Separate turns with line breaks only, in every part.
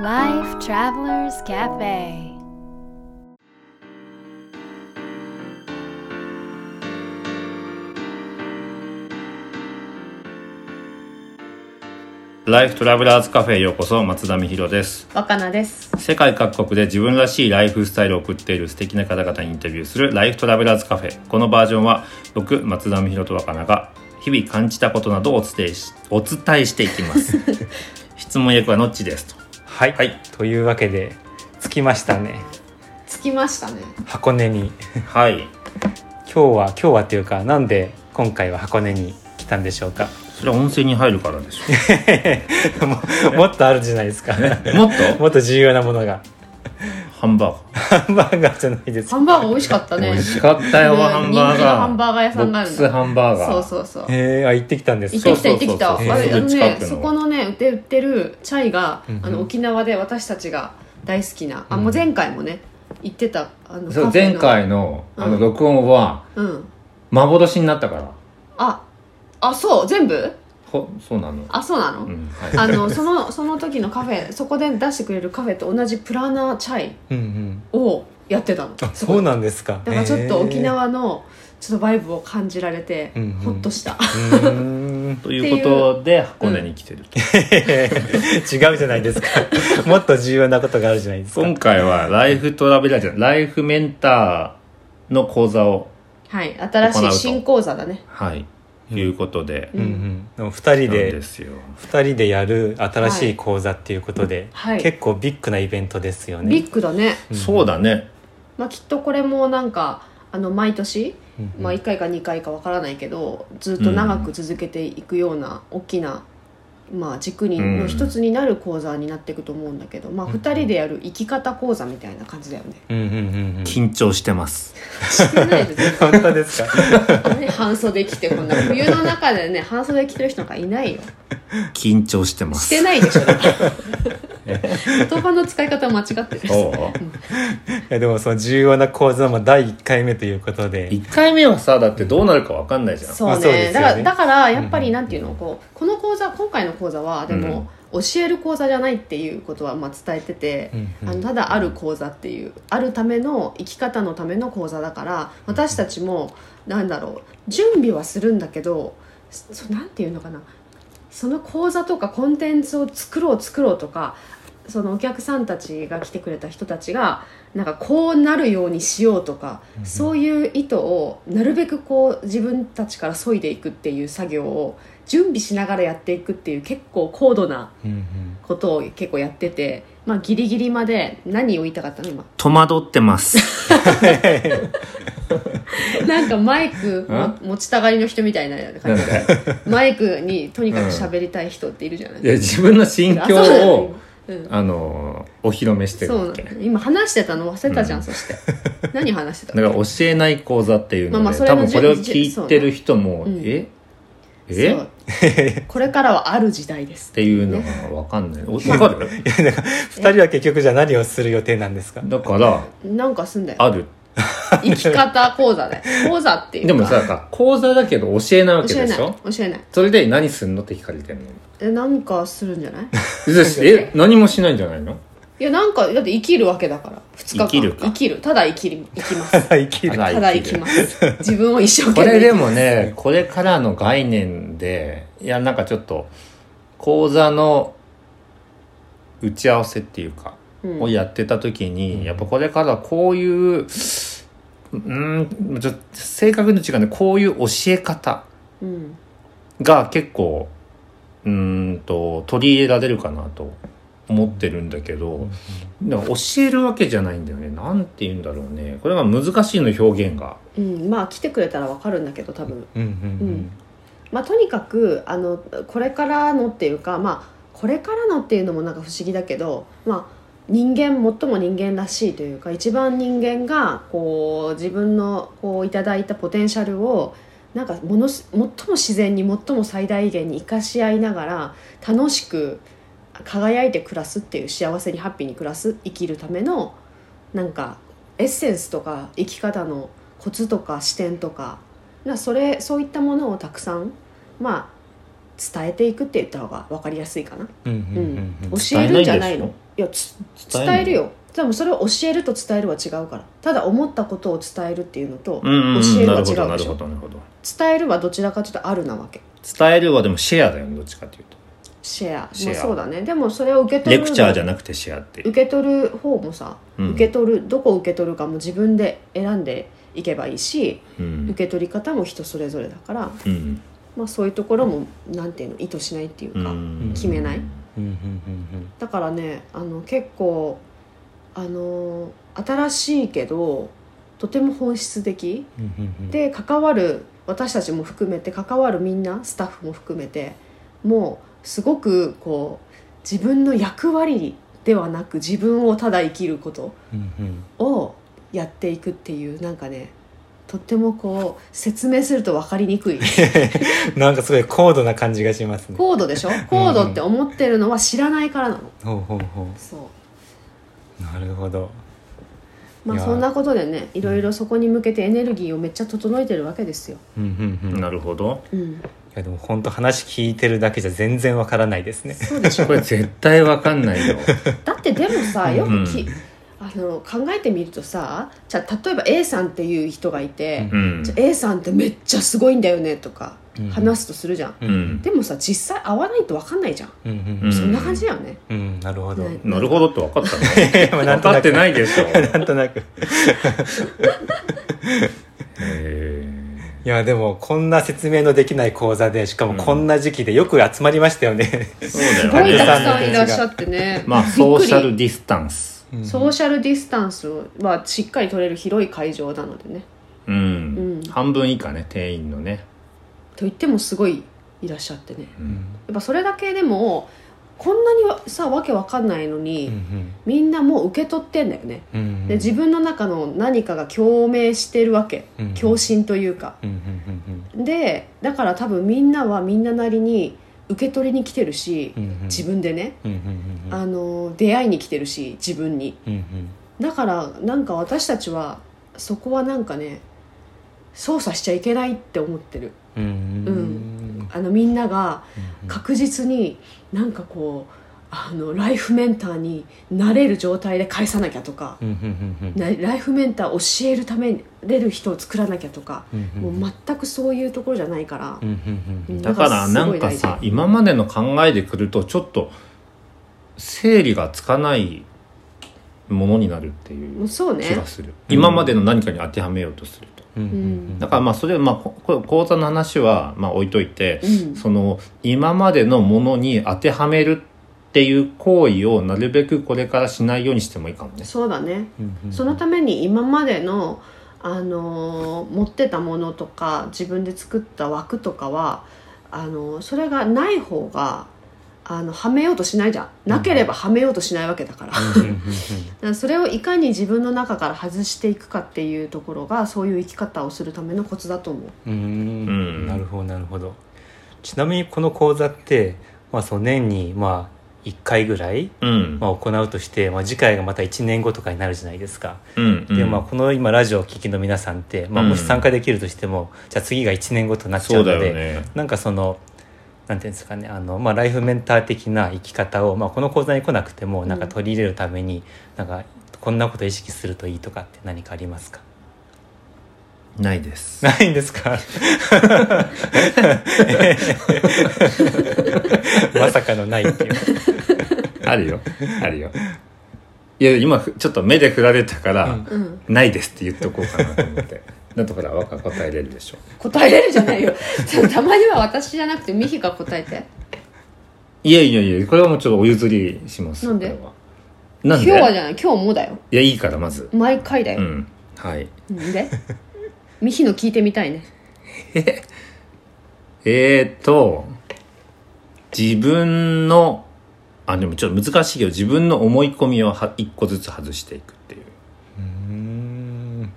Life Travelers Cafe
ライフトラベラーズカフェへようこそ松田美弘です
若菜です。
世界各国で自分らしいライフスタイルを送っている素敵な方々にインタビューするライフトラベラーズカフェこのバージョンは僕松田美弘と若菜が日々感じたことなどをお伝えしお伝えしていきます 質問役はのっちですと
はい、
はい
というわけで着きましたね
着きましたね。
箱根に
はい
今日は今日はっていうかなんで今回は箱根に来たんでしょうか
それは温泉に入るからでし
もうもっとあるじゃないですか
ょもっと
もっと重要なものが
ハンバー
ハンバーガーじゃないです
ハンバーガー美味しかった
ガー
ね。
美味しかったよ
ね
ハンバー
人気の
ガー
ハンバーガー屋さんがある
ボッ
の
クスハンバーガー
そうそうそう。
えー、あ行ってきたんです
行ってきた
そ
行
うそうそうそう
ってきた。あれあ
す
のね
ぐ近くの
そこのね売って売ってるチャイが
うんうん
あの沖縄で私たちが大好きなあ
うん
もう前回もね行ってたあの
そう
カフェの
前回のあ
う
の
ん
録音は
うん
幻になったから、
ああそう全部
ほそうなの
あそうなの、
うんはい
あのそのその時のカフェそこで出してくれるカフェと同じプラナーチャイ
うんうん
をやってたの
あそうなんですか
だからちょっと沖
へ
縄のちょっとバイブを感じられて、
うんうん
ほっとした
ーうーん
ということで箱根に来てると、
違うじゃない ですかもっと重要なことがあるじゃないですか
今回はライフトラベラーじゃないライフメンターの講座を
はい新しい新講座だね
はい、いうことで、
うんうんでも2人
なん
で
ですよ
2人でやる新しい講座っていうことで、
はい
結構ビッグなイベントですよね
ビッグだね、
そうだね
まあ、きっとこれもなんかあの毎年、
うんうん
まあ、1回か2回かわからないけどずっと長く続けていくような大きな、まあ、軸に
うん
の一つになる講座になっていくと思うんだけど、まあ、2人でやる生き方講座みたいな感じだよね。
うんうんうんうん
緊張してます
してないですよ
本当ですか
ね半袖着てこんな冬の中でね半袖着てる人なんかいないよ。
緊張してま
し
す
てない でしょだから言葉の使い方間違ってる
そう
いやでもその重要な講座も第1回目ということで
1回目はさだってどうなるかわかんないじゃん
そうね,、
まあそうですよね
だからだからやっぱ
うんう
り
ん
なんていうのこうこの講座今回の講座はでも、教える講座じゃないっていうことはまあ伝えてて、
うんうん
あのただある講座っていうあるための生き方のための講座だから私たちもなんだろう準備はするんだけどそなんていうのかなその講座とかコンテンツを作ろう作ろうとかそのお客さんたちが来てくれた人たちがなんかこうなるようにしようとか、そういう意図をなるべくこう自分たちから削いでいくっていう作業を準備しながらやっていくっていう結構高度な
うんうん
ことを結構やってて、まあ、ギリギリまで何を言いたかったの今
戸惑ってます
なんかマイ クも持ちたがりの人みたいな
な
感
ん
じ
か
でマイクにとにかく喋りたい人っているじゃない
いや自分の心境
あそうだ
を
ようん
あのお披露目してる
そう
わ
な
け
の今話してたの忘れたじゃん、そして何話してた
だ
の
から教え ない講座っていうので、
まあまあそれ
多
の
分これを
順
聞いてる人も、
そうねうん
ええ
そう これからはある時代です
っていうのがわかん ない。おわかる
いやだから2人は結局じゃあ何をする予定なんですか
だから、
なんかすんだよ
ある。
生き方講座で 講座っていう
で
か
もさ、か講座だけど教えないわけ
教え
で
ない
しょ
教えない
それで何すんのって聞かれてるの。
えなんかするんじゃない
え、何もしないんじゃないの
いやなんかだって生きるわけだから2日間
生きるか
生きるただ生きる生きます
生きる
ただ生きます自分を一
こ
生懸命
れでもね、これからの概念で、いや、なんかちょっと、講座の打ち合わせっていうか、
うん
をやってた時に、やっぱこれからこういう、うーん、ちょっと正確に違うんで、こういう教え方
うん
が結構、うーんと、取り入れられるかなと思ってるんだけど、だから教えるわけじゃないんだよね。なんて言うんだろうね。これが難しいの表現が。
うん、まあ来てくれたらわかるんだけど多分
うんうん
まあ、とにかくあのこれからのっていうか、まあ、これからのっていうのもなんか不思議だけど、まあ、人間最も人間らしいというか一番人間がこう自分のこういただいたポテンシャルをなんかものす最も自然に最も最大限に生かし合いながら楽しく輝いて暮らすっていう幸せにハッピーに暮らす生きるためのなんかエッセンスとか生き方のコツとか視点とかなそれそういったものをたくさんまあ伝えていくって言った方が分かりやすいかな、
うんうんうんうんうん
教えるんじゃな
伝えないんで
いの
しょ
いいやつ
伝えんの
伝えるよでもそれを教えると伝えるは違うからただ思ったことを伝えるっていうのと
うんうん、う
教え
ん、
る
な
は
るほ
違
ど
う
なる
でし
ほ
ょ
どなるほど
伝えるはどちらかというとあるなわけ
伝えるはでもシェアだよねどっちかっていうと
シェア
シェア
まあ、そうだねでもそれを受け取
レ
る
クチャーじゃなくてシェアっていう
受け取る方もさ、
うん
受け取るどこを受け取るかも自分で選んでいけばいいし、
うん
受け取り方も人それぞれだから、
うん
まあ、そういうところもなんていうの意図しないっていう
う
か、
ん
決めない
うんうん
だからねあの結構あの新しいけどとても本質的
うんうんうんうん、
で関わる私たちも含めて関わるみんなスタッフも含めてもうすごくこう自分の役割ではなく自分をただ生きること
うんうん
をやっていくっていうなんかねとってもこう説明すると分かりに くい
なんかすごい高度な感じがしますね。
高度でしょ高度って思ってるのは知らないからなの
ほうほうほ
そう
う。なるほど。
ま
い
あ
やー
そんなことでねいろいろそこに向けてエネルギーをめっちゃ整えてるわけですよ、
うんうんうん。い
なるほど
うん、
やでも本当話聞いてるだけじゃ全然わからないですね。
そうでしょ
これ絶対わかんない よ
だってでもさよくき、
うん
あの考えてみるとさじゃあ例えば A さんっていう人がいて、
うん
じゃあ A さんってめっちゃすごいんだよねとか
うん
話すとするじゃん、
うん
でもさ実際会わないと分かんないじゃん、
うんう
うんん
そんな感じだよね
うん。うん、なるほど。
ね
なるほどって分か ったね
分
分かってないで しょ
なんとなく。
へ
いやでもこんな説明のできない講座でしかもこんな時期でよく集まりましたよね。
ーそう
すご
だ
いた
よ
く
ね
さんいらっしゃってね
まあソーシャルディスタンス
うん
ソーシャルディスタンスはしっかり取れる広い会場なのでね
うん、
うん
半分以下ね定員のね
と言ってもすごいいらっしゃってね
うん
やっぱそれだけでもこんなにわさわけわかんないのに、
うん
みんなもう受け取ってんだよね、
うんうん
で自分の中の何かが共鳴してるわけ、
うん
共振というか
うんうん
でだから多分みんなはみんななりに受け取りに来てるし、
うんうん
自分でね、
うんうんうんうん
あの出会いに来てるし自分に
うんうん
だからなんか私たちはそこはなんかね操作しちゃいけないって思ってる
うんうん
うあのみんなが
うん
確実になんかこうあのライフメンターになれる状態で返さなきゃとか、
うんうんうんうん
なライフメンター教えるためにれる人を作らなきゃとか、
うんうん
もう全くそういうところじゃないから、
うんうんうん
だからなんかさ今までの考えでくるとちょっと整理がつかないものになるっていう
そう
気
ね
がする、今までの何かに当てはめようとすると
うんうんうん
だからまあそれまあここ講座の話はまあ置いといて、
うん
その今までのものに当てはめるっていう行為をなるべくこれからしないようにしてもいいかもね。
そうだね、
うんうん
そのために今までの、あのー持ってたものとか自分で作った枠とかはあのーそれがない方があのはめようとしないじゃんなければはめようとしないわけだから。
うんうんうん
だ からそれをいかに自分の中から外していくかっていうところがそういう生き方をするためのコツだと思う。
うんう
うん
んなるほどなるほどちなみにこの講座ってまあそう年にまあ一回ぐらい
うん
まあ行うとしてまあ次回がまた一年後とかになるじゃないですか
うんうん
でまあこの今ラジオを聴きの皆さんってまあ
うん
もし参加できるとしてもじゃあ次が一年後となっちゃ
そううだ
の
よ
で
ね。
なんかそのなんていうんですかねあの、まあ、ライフメンター的な生き方を、まあ、この講座に来なくてもなんか取り入れるために、なんかこんなこと意識するといいとかって何かありますか
ないです。
ないんですか まさかのないっていう。
あるよ。あるよ。いや今ふちょっと目で振られたから、
うん、
ないですって言っとこうかなと思って。 なんとから若答えれるでしょ。
答えれるじゃないよたまには私じゃなくてミヒが答えて
いやいやいやこれはもうちょっとお譲りします。
なんで
これはなんで
今日はじゃない今日もだよ
いやいいからまず。
毎回だ
う
よ、
ん。はい。
ん、でミヒの聞いてみたいね
えーと、自分の、あ、でもちょっと難しいけど、自分の思い込みをは一個ずつ外していくっていう。
うーん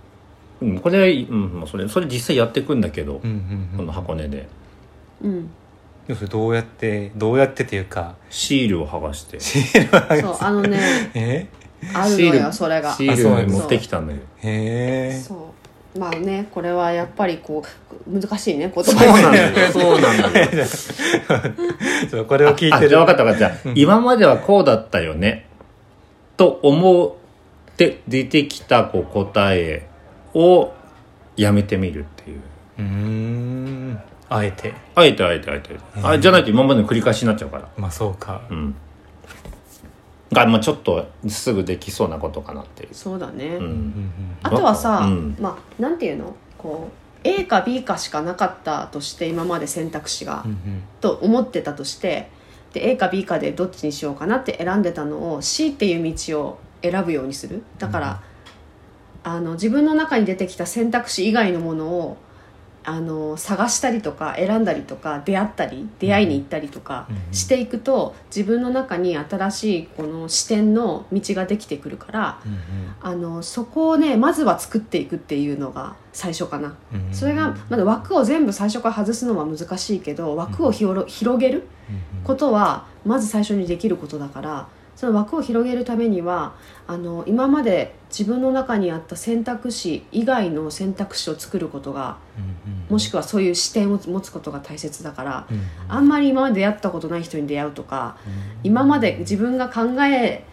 うんこれ、うん、まあそれ、それ実際やっていくんだけど、
うんうんう
こ
ん
の箱根で。
うん
でもそれどうやってどうやってというか
シールを剥がして。シ
そうあのね
え
あるのよそれが
ー
あそうな
ル
んだ
持ってきたんだよ。
へえ
そうまあねこれはやっぱりこう難しいね言
そうな
葉
んだよ。そうなんだよ。
そうこれを聞い
あ
て
じ
る
ゃあ分かった分かった。今まではこうだったよね。と思って出てきたこう答えをやめてみるっていう
うーんあえて
あえてあえてあえてあえてあじゃないと今までの繰り返しになっちゃうから
まあそうか
うんが、まあ、ちょっとすぐできそうなことかなっていう
そうだね、
う
うん
ん
あとはさ、
うん
まあなんていうのこう A か B かしかなかったとして今まで選択肢が、
うんうん
と思ってたとしてで A か B かでどっちにしようかなって選んでたのを C っていう道を選ぶようにするだから、あの自分の中に出てきた選択肢以外のものをあの探したりとか選んだりとか出会ったり出会いに行ったりとか
うんうん
していくと、自分の中に新しいこの視点の道ができてくるから
うん
あのそこをねまずは作っていくっていうのが最初かな。
うんうん
それがまだ枠を全部最初から外すのは難しいけど枠を広ろ広げることはまず最初にできることだからその枠を広げるためにはあの今まで自分の中にあった選択肢以外の選択肢を作ることがもしくはそういう視点を持つことが大切だから
うんうん
あんまり今まで出会ったことない人に出会うとか今まで自分が考え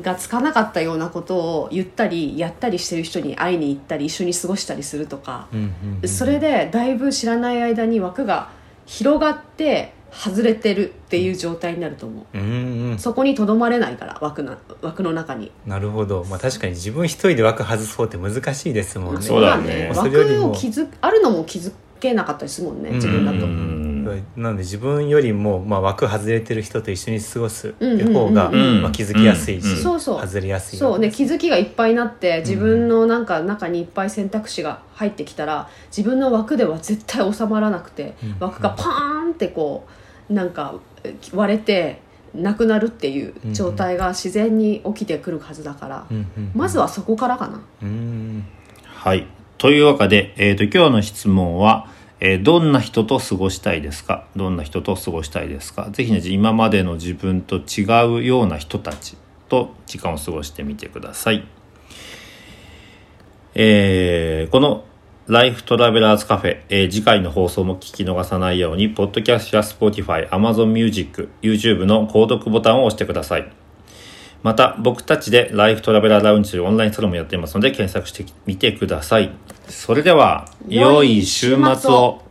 がつかなかったようなことを言ったりやったりしてる人に会いに行ったり一緒に過ごしたりするとか
うんうんうん
それでだいぶ知らない間に枠が広がって外れてるっていう状態になると思う
うんうん
そこにとどまれないから枠な枠の中に、
なるほどまあ確かに自分一人で枠外そうって難しいですもんね
そうだね
まあ
それより
枠
も
を気づあるのも気づけなかったりするもんね自分だと、
う
うんんなので自分よりも、まあ、枠外れてる人と一緒に過ごすって方が、
うんうん
うんうん
まあ、気づきやすいし、
うんうん
そうそう
外れやすい
そうね気づきがいっぱいになって自分のなんか中にいっぱい選択肢が入ってきたら自分の枠では絶対収まらなくて
うん
枠がパーンってこうなんかえ割れてなくなるっていう状態が自然に起きてくるはずだから
うんうん
まずはそこからかな
うん
はい。というわけで、えー、と今日の質問は、えーどんな人と過ごしたいですかどんな人と過ごしたいですかぜひね、今までの自分と違うような人たちと時間を過ごしてみてください。えーこのライフトラベラーズカフェ、えー次回の放送も聞き逃さないように、ポッドキャストや Spotify、Amazon Music、YouTube の購読ボタンを押してください。また僕たちでライフトラベラーラウンジというオンラインサロンもやっていますので検索してみてくださいそれでは良
良
い
い
週
週
末
末
を
を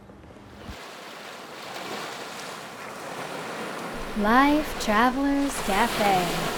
Life Travelers Cafe.